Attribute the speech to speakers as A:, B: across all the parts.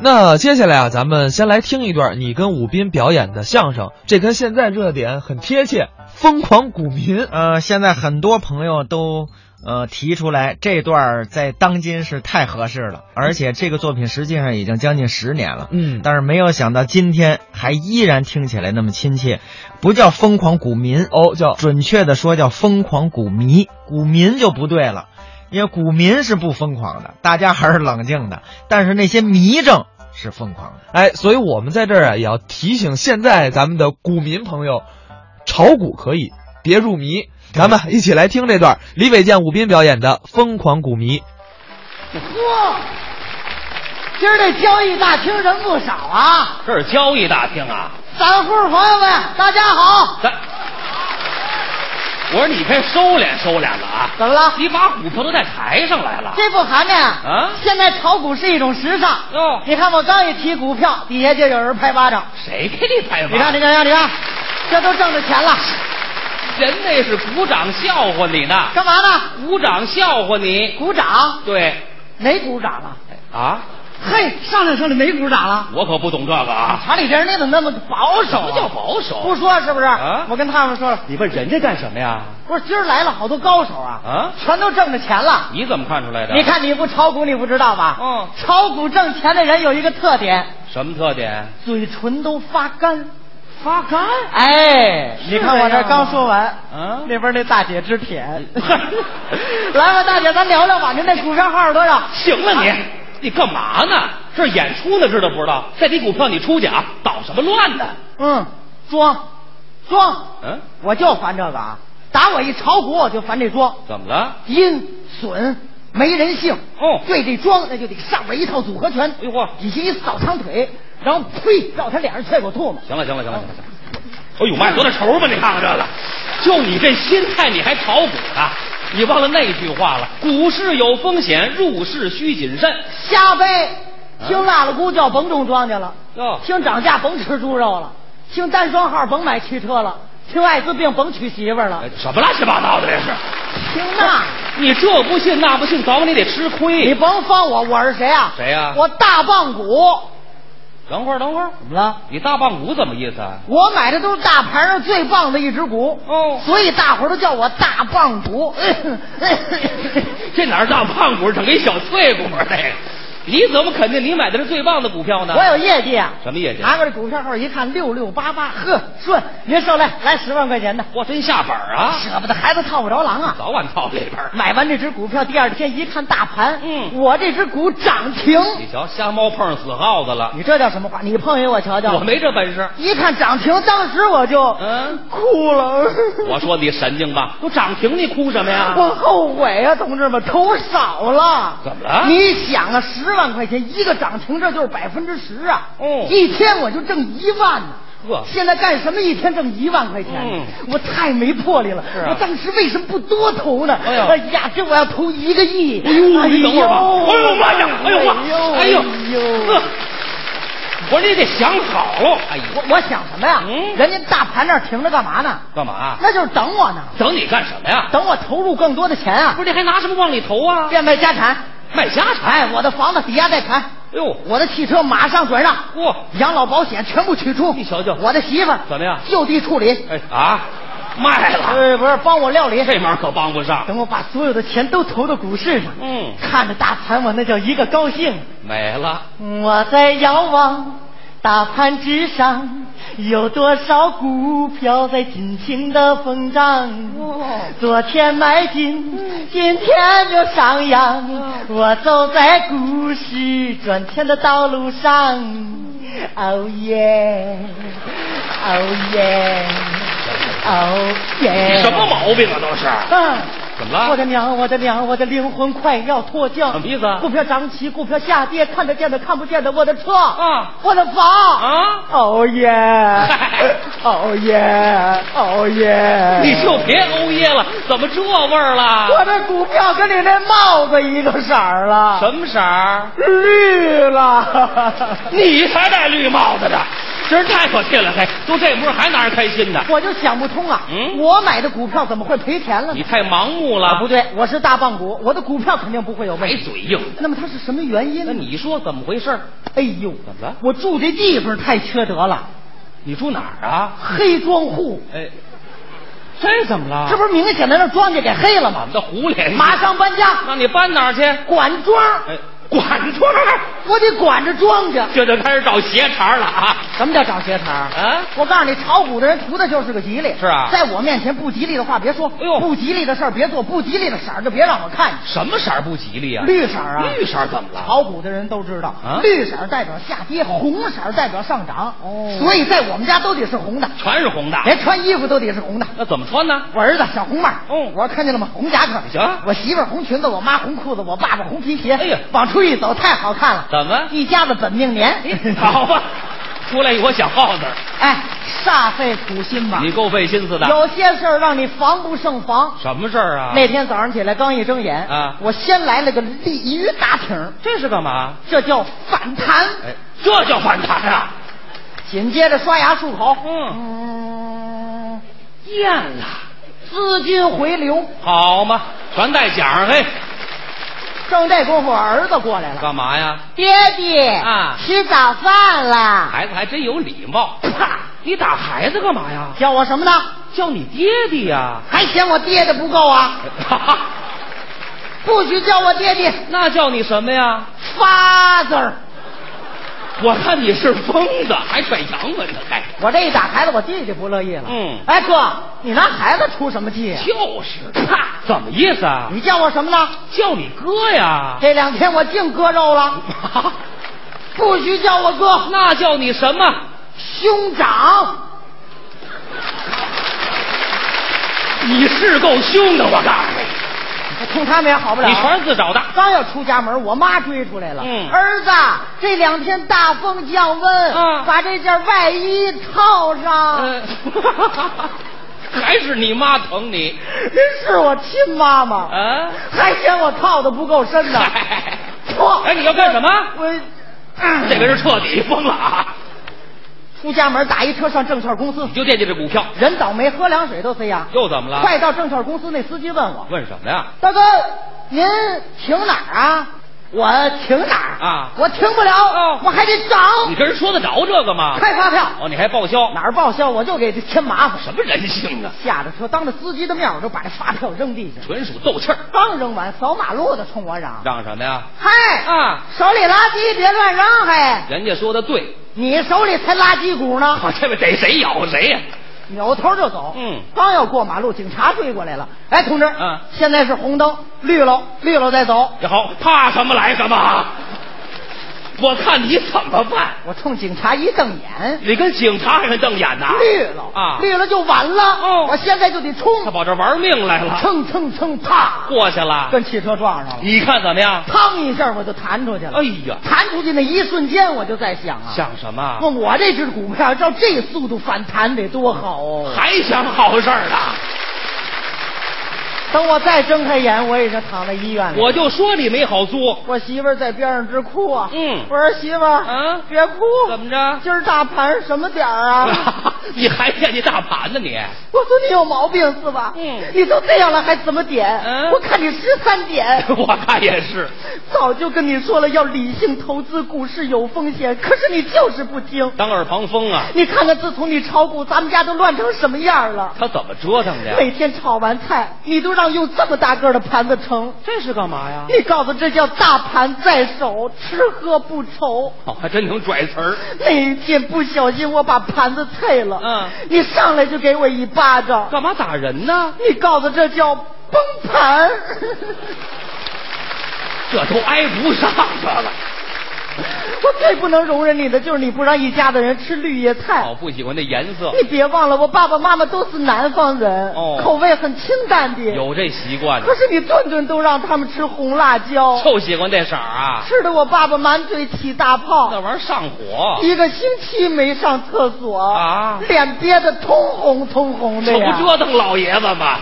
A: 那接下来啊，咱们先来听一段你跟武斌表演的相声，这跟现在热点很贴切，《疯狂股民》。
B: 呃，现在很多朋友都呃提出来这段儿在当今是太合适了，而且这个作品实际上已经将近十年了，
A: 嗯，
B: 但是没有想到今天还依然听起来那么亲切，不叫疯狂股民，
A: 哦，叫
B: 准确的说叫疯狂股迷，股民就不对了，因为股民是不疯狂的，大家还是冷静的，但是那些迷症是疯狂的。
A: 哎，所以我们在这儿啊，也要提醒现在咱们的股民朋友，炒股可以，别入迷。咱们一起来听这段李伟健、武斌表演的《疯狂股迷》。
C: 嚯，今儿这交易大厅人不少啊！
D: 这是交易大厅啊！
C: 散户朋友们，大家好！
D: 咱，我说你该收敛收敛了啊！
C: 怎么了？
D: 你把股票都带台上来了
C: 这不寒碜啊
D: 啊！
C: 现在炒股是一种时尚
D: 哟
C: 你看我刚一提股票，底下就有人拍巴掌。
D: 谁给你拍马？
C: 你看，你看，你看，你看，这都挣着钱了，
D: 人那是鼓掌笑话你呢，
C: 干嘛呢？
D: 鼓掌笑话你。
C: 鼓掌？
D: 对，
C: 没鼓掌了？
D: 啊，
C: 嘿，商量商量，没鼓掌了。
D: 我可不懂这个啊！
C: 厂里这人你怎么那么保守
D: 什
C: 啊？
D: 么叫保守？
C: 不，说是不是？
D: 啊
C: 我跟他们说了，
D: 你问人家干什么呀？
C: 不是今儿来了好多高手啊，
D: 啊
C: 全都挣着钱了。
D: 你怎么看出来的？
C: 你看你不炒股你不知道吧？
D: 嗯
C: 炒股挣钱的人有一个特点，
D: 什么特点？
C: 嘴唇都发干。
D: 发干。
C: 哎，
D: 是
C: 你看我
D: 这
C: 这
D: 样吗
C: 刚说完，
D: 嗯
C: 那边那大姐直舔。
D: 嗨
C: 来吧，大姐，咱聊聊吧。您那股票号是多少？
D: 行了你，你干嘛呢？这是演出呢，知道不知道？再提股票你出去啊，捣什么乱呢？
C: 嗯，装，装。
D: 嗯，
C: 我就烦这个啊！打我一炒股我就烦这装，
D: 怎么了？
C: 阴损没人性。
D: 哦
C: 对这装那就得上边一套组合拳。
D: 哎呦嚯
C: 底下一扫长腿，然后呸，照他脸上踹口唾沫。
D: 行了，行了，行了，行了。行了哎呦妈呀，多大仇吧？你看看这个，就你这心态，你还炒股呢？你忘了那句话了？股市有风险，入市需谨慎。
C: 瞎掰，
D: 啊
C: 听辣了姑叫甭种庄稼了，
D: 哟
C: 听涨价甭吃猪肉了，听单双号甭买汽车了，听艾滋病甭娶媳妇儿了
D: 哎，什么乱七八糟的这是？
C: 听那，
D: 你这不信那不信，早晚你得吃
C: 你
D: 亏。
C: 甭方我，我是谁啊？
D: 谁呀
C: 我大棒骨，
D: 等会儿，等会儿，
C: 怎么了？
D: 你大棒骨怎么意思啊？
C: 我买的都是大盘上最棒的一只股，
D: 哦
C: 所以大伙儿都叫我大棒骨。
D: 这哪是大棒骨，整一小脆骨儿这个。你怎么肯定你买的是最棒的股票呢？
C: 我有业绩啊！
D: 什么业绩
C: 拿过这股票号一看，六六八八，呵，顺，您受累，来十万块钱的，
D: 我真下本儿啊，
C: 舍不得孩子套不着狼啊！
D: 早晚套里边儿。
C: 买完这只股票，第二天一看大盘，
D: 嗯
C: 我这只股涨停。
D: 你瞧，瞎猫碰上死耗子了。
C: 你这叫什么话？你碰一我瞧瞧。
D: 我没这本事。
C: 一看涨停，当时我就
D: 嗯
C: 哭了。
D: 我说你神经吧，都涨停你哭什么呀？
C: 我后悔啊，同志们，投少了。
D: 怎么了
C: 你想啊，十万块钱一个涨停，这就是百分之十啊。
D: 哦
C: 一天我就挣一万呢、
D: 呵
C: 现在干什么一天挣一万块钱？
D: 嗯
C: 我太没魄力了、
D: 是啊
C: 我当时为什么不多投呢？
D: 哎呦
C: 呀，这我要投一个亿！
D: 哎呦，你等会儿吧。哎呦妈呀！哎呦妈！
C: 哎
D: 哎
C: 呦
D: 呦
C: 哎呦
D: 呵！我说你得想好喽。哎呦，
C: 我我想什么呀？
D: 嗯啊
C: 人家大盘那儿停着干嘛呢？
D: 干嘛？
C: 那就是等我呢，
D: 哎等你干什么呀？
C: 等我投入更多的钱啊
D: 不，是你还拿什么往里投啊？
C: 变卖家产。
D: 卖家产。
C: 哎，我的房子抵押贷款，
D: 哎呦，
C: 我的汽车马上转让，
D: 嚯
C: 养老保险全部取出。
D: 你瞧瞧
C: 我的媳妇儿
D: 怎么样
C: 就地处理。
D: 哎啊，卖了。哎
C: 呃，不是，帮我料理。
D: 这忙可帮不上。
C: 等我把所有的钱都投到股市上，
D: 嗯，
C: 看着大盘我那叫一个高兴。
D: 没了。
C: 我在遥望大盘之上，有多少股票在尽情的疯涨？昨天买进，今天又上扬。我走在股市赚钱的道路上，哦耶，哦耶，哦耶！
D: 你什么？毛病啊？都是。
C: 嗯。
D: 怎么了
C: 我的娘，我的娘，我的灵魂快要脱缰。
D: 什么意思啊
C: 股票涨起，股票下跌，看得见的，看不见的，我的车
D: 啊
C: 我的房
D: 啊
C: 哦 耶，
D: 嗨
C: 哦耶，哦耶！
D: 你就别欧耶了，怎么这味儿
C: 我
D: 了？
C: 的股票跟你那帽子一个色儿了，
D: 啊什么色儿？
C: 绿了。
D: 你才戴绿帽子的，真太可气了，嘿，都这模样还拿人开心呢？
C: 我就想不通啊，
D: 嗯
C: 我买的股票怎么会赔钱了
D: 你
C: 呢？
D: 太盲目了，
C: 啊，不，对，我是大棒骨，我的股票肯定不会有问
D: 还
C: 题。
D: 嘴硬。
C: 那么它是什么原因
D: 那
C: 呢？
D: 你说怎么回事？
C: 哎呦，
D: 怎么了
C: 我住这地方太缺德了，
D: 你住哪儿啊？
C: 黑庄户，
D: 哎，这怎么了？
C: 这不是明显的让庄稼给黑了
D: 我
C: 吗
D: 们？的狐狸？
C: 马上搬家，
D: 那你搬哪儿去？
C: 管庄，
D: 啊哎，管住儿！
C: 我得管着庄稼。
D: 这就开始找鞋茬儿了啊！
C: 什么叫找鞋茬儿？
D: 啊，
C: 我告诉你，炒股的人图的就是个吉利。
D: 是啊
C: 在我面前不吉利的话别说，
D: 哎呦
C: 不吉利的事儿别做，不吉利的色儿就别让我看见。
D: 什么色儿不吉利啊？
C: 绿色儿啊，
D: 绿色儿怎么了？
C: 炒股的人都知道，
D: 啊
C: 绿色儿代表下跌，红色儿代表上涨。
B: 哦
C: 所以在我们家都得是红的，
D: 全是红的。
C: 连穿衣服都得是红的。
D: 那怎么穿呢？
C: 我儿子小红帽，
D: 嗯
C: 我说看见了吗？红夹克，
D: 行
C: 我媳妇儿红裙子，我妈红裤子，我爸爸红皮鞋。
D: 哎呀
C: 往出一走，太好看了。
D: 怎么
C: 一家子本命年。
D: 好啊吧，出来一窝小耗子儿，
C: 哎，煞费苦心吧。
D: 你够费心思的。
C: 有些事儿让你防不胜防。
D: 什么事儿啊？
C: 那天早上起来刚一睁眼
D: 啊
C: 我先来了个鲤鱼打挺，
D: 这是干嘛？
C: 这叫反弹。
D: 哎，这叫反弹啊！
C: 紧接着刷牙漱口，嗯，
D: 厌了，
C: 资金回流。
D: 好嘛，全带奖儿嘿。
C: 正这功夫，我儿子过来了，
D: 干嘛呀？
C: 爹爹
D: 啊
C: 吃早饭了。
D: 孩子还真有礼貌。
C: 啪！
D: 你打孩子干嘛呀？
C: 哎叫我什么呢？
D: 叫你爹爹呀、
C: 还嫌我爹的不够啊？
D: 哈哈，
C: 不许叫我爹爹
D: 那叫你什么呀？
C: ，father。
D: 我看你是疯子，还拽洋文呢，嗨，
C: 我这一打孩子，我弟弟不乐意了。
D: 嗯
C: 哎哥，你拿孩子出什么气呀？啊
D: 就是，啪，怎么意思啊？
C: 你叫我什么呢？
D: 叫你 哥呀？
C: 这两天我净割肉了，
D: 哈
C: 不许叫我哥，
D: 那叫你什么？
C: 兄长。
D: 你是够凶的，我告诉你，
C: 我冲他们也好不了。
D: 你全是自找的。
C: 刚要出家门，我妈追出来了。
D: 嗯
C: 儿子，这两天大风降温，
D: 啊
C: 把这件外衣套上。
D: 呃， 还是你妈疼你
C: 真是我亲妈妈，
D: 啊？
C: 还嫌我套的不够深呢。
D: 嗨
C: 错，
D: 哎你 要干什么
C: 我
D: 这个人彻底疯了啊！
C: 出家门打一车上证券公司
D: 你，就惦记这股票，
C: 人倒霉，喝凉水都塞牙。
D: 又怎么了？
C: 快到证券公司，那司机问我
D: 问什么呀？：“
C: 大哥，您停哪儿啊？”我停哪儿
D: 啊
C: 我停不了，
D: 哦
C: 我还得找。
D: 你跟人说得着这个吗？
C: 开发票
D: 哦，你还报销？
C: 哪儿报销我就给他添麻烦。
D: 什么人性啊？
C: 下了车，当着司机的面，我就把这发票扔地上。
D: 纯属斗气儿，
C: 刚扔完，扫马路的冲我嚷
D: 嚷什么呀？：“
C: 嗨
D: 啊
C: 手里垃圾别乱扔，嘿，
D: 人家说的对，啊
C: 你手里才垃圾股呢
D: 我这边逮谁咬谁呀、！”
C: 扭头就走。
D: 嗯
C: 刚要过马路，警察追过来了。哎，同志，
D: 嗯
C: 现在是红灯，绿了，绿了再走。
D: 你好，怕什么来什么啊，我看你怎么办？
C: 我冲警察一瞪眼，
D: 你跟警察还能瞪眼呐？
C: 绿了
D: 啊！
C: 绿了就晚了。
D: 哦
C: 我现在就得冲，
D: 他跑这玩命来了，
C: 蹭蹭蹭，啪，
D: 过去了。
C: 跟汽车撞上了。
D: 你看怎么样？
C: 砰一下我就弹出去了。
D: 哎呀
C: 弹出去那一瞬间我就在想啊，
D: 想什么？
C: 问我这只股票照这速度反弹得多好哦！
D: 还想好事儿呢？
C: 等我再睁开眼，我已经躺在医院里。
D: 我就说你没好租，
C: 我媳妇儿在边上直哭啊！
D: 嗯
C: 我说媳妇儿，
D: 啊
C: 别哭，
D: 怎么着
C: 今儿大盘什么点儿啊？
D: 你还惦记大盘呢你？
C: 我说你有毛病是吧？
D: 嗯
C: 你都这样了还怎么点？
D: 嗯
C: 我看你十三点。
D: 我看也是，
C: 早就跟你说了要理性投资，股市有风险，可是你就是不听。
D: 当耳旁风啊！
C: 你看看，自从你炒股，咱们家都乱成什么样了。
D: 他怎么折腾的
C: 每
D: 哎呀？
C: 天炒完菜，你都让用这么大个儿的盘子盛，
D: 这是干嘛呀？
C: 你告诉这叫大盘在手，吃喝不愁。
D: 哦，还真能拽词儿。
C: 那一天不小心我把盘子碎了，
D: 嗯
C: 你上来就给我一巴掌，啊
D: 干嘛打人呢？
C: 你告诉这叫崩盘。
D: 这都挨不上这个。
C: 我最不能容忍你的就是你不让一家子人吃绿叶菜。
D: 哦，不喜欢这颜色，
C: 你别忘了，我爸爸妈妈都是南方人，
D: 哦
C: 口味很清淡的。
D: 有这习惯
C: 可是你顿顿都让他们吃红辣椒，
D: 就喜欢这色儿啊。
C: 吃的我爸爸满嘴起大
D: 那
C: 泡，
D: 玩意儿上火，
C: 一个星期没上厕所
D: 啊
C: 脸憋得通红通红
D: 这
C: 的呀。
D: 不折腾老爷子吗？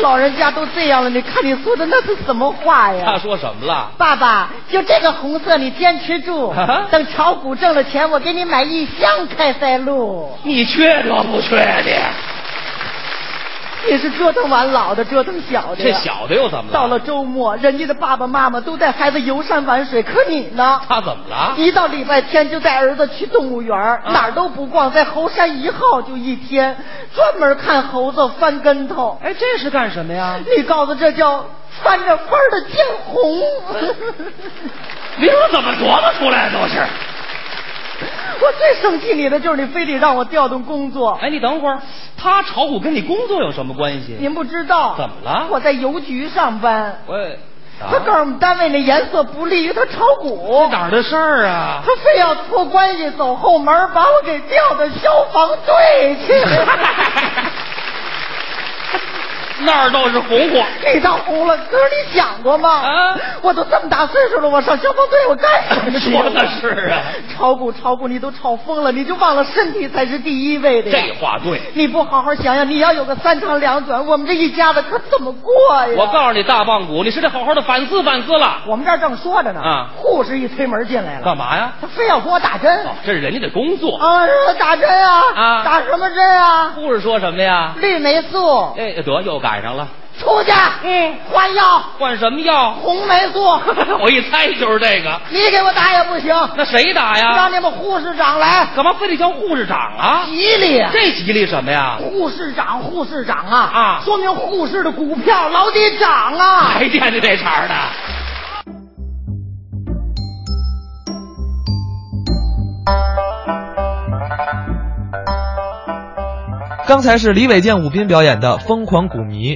C: 老人家都这样了，你看你说的那是什么话
D: 他
C: 呀？
D: 说什么了？
C: 爸爸，就这个红色，你坚持住
D: 啊。
C: 等炒股挣了钱，我给你买一箱开塞露。
D: 你缺德不缺你？
C: 你是折腾完老的，折腾小的
D: 这
C: 呀。
D: 小子又怎么了？
C: 到了周末，人家的爸爸妈妈都带孩子游山玩水，可你呢？
D: 他怎么了？
C: 一到礼拜天就带儿子去动物园儿，
D: 啊
C: 哪儿都不逛，在猴山一号就一天，专门看猴子翻跟头。
D: 哎，这是干什么呀？
C: 你告诉这叫翻着翻儿的见 红。
D: 你说怎么琢磨出来的都是？
C: 我最生气你的就是你非得让我调动工作，
D: 哎，你等会儿，他炒股跟你工作有什么关系？
C: 您不知道
D: 怎么了
C: 我在邮局上班，
D: 我也，啊
C: 他告诉我们单位那颜色不利于他炒股
D: 这，哪儿的事儿啊？
C: 他非要托关系走后门把我给调到消防队 去。
D: 那儿倒是红火。
C: 这倒红了，可是你想过吗？
D: 啊
C: 我都这么大岁数了，我上消防队我干什么去？
D: 说的是啊，
C: 炒股炒股，你都炒疯了，你就忘了身体才是第一位的呀。
D: 这话对。
C: 你不好好想想，你要有个三长两短，我们这一家子可怎么过呀？
D: 我告诉你，大棒骨，你是得好好的反思反思了。
C: 我们这儿正说着呢，
D: 啊
C: 护士一推门进来了，
D: 干嘛呀？
C: 他非要给我打针、
D: 哦，这是人家的工作。
C: 啊，打针啊，
D: 啊
C: 打什么针啊？
D: 护士说什么呀？
C: 绿霉素，
D: 哎，得又赶上了，
C: 出去，嗯，换药，
D: 换什么药？
C: 红霉素，
D: 我一猜就是这个。
C: 你给我打也不行，
D: 那谁打
C: 让
D: 呀？
C: 你们护士长来，
D: 干嘛非得叫护士长啊？
C: 吉利啊。
D: 这吉利什么呀？
C: 护士长，护士长啊
D: 啊哎
C: 说明护士的股票老得涨啊！
D: 还惦记这茬儿呢？
A: 刚才是李伟健、武斌表演的《疯狂股迷》。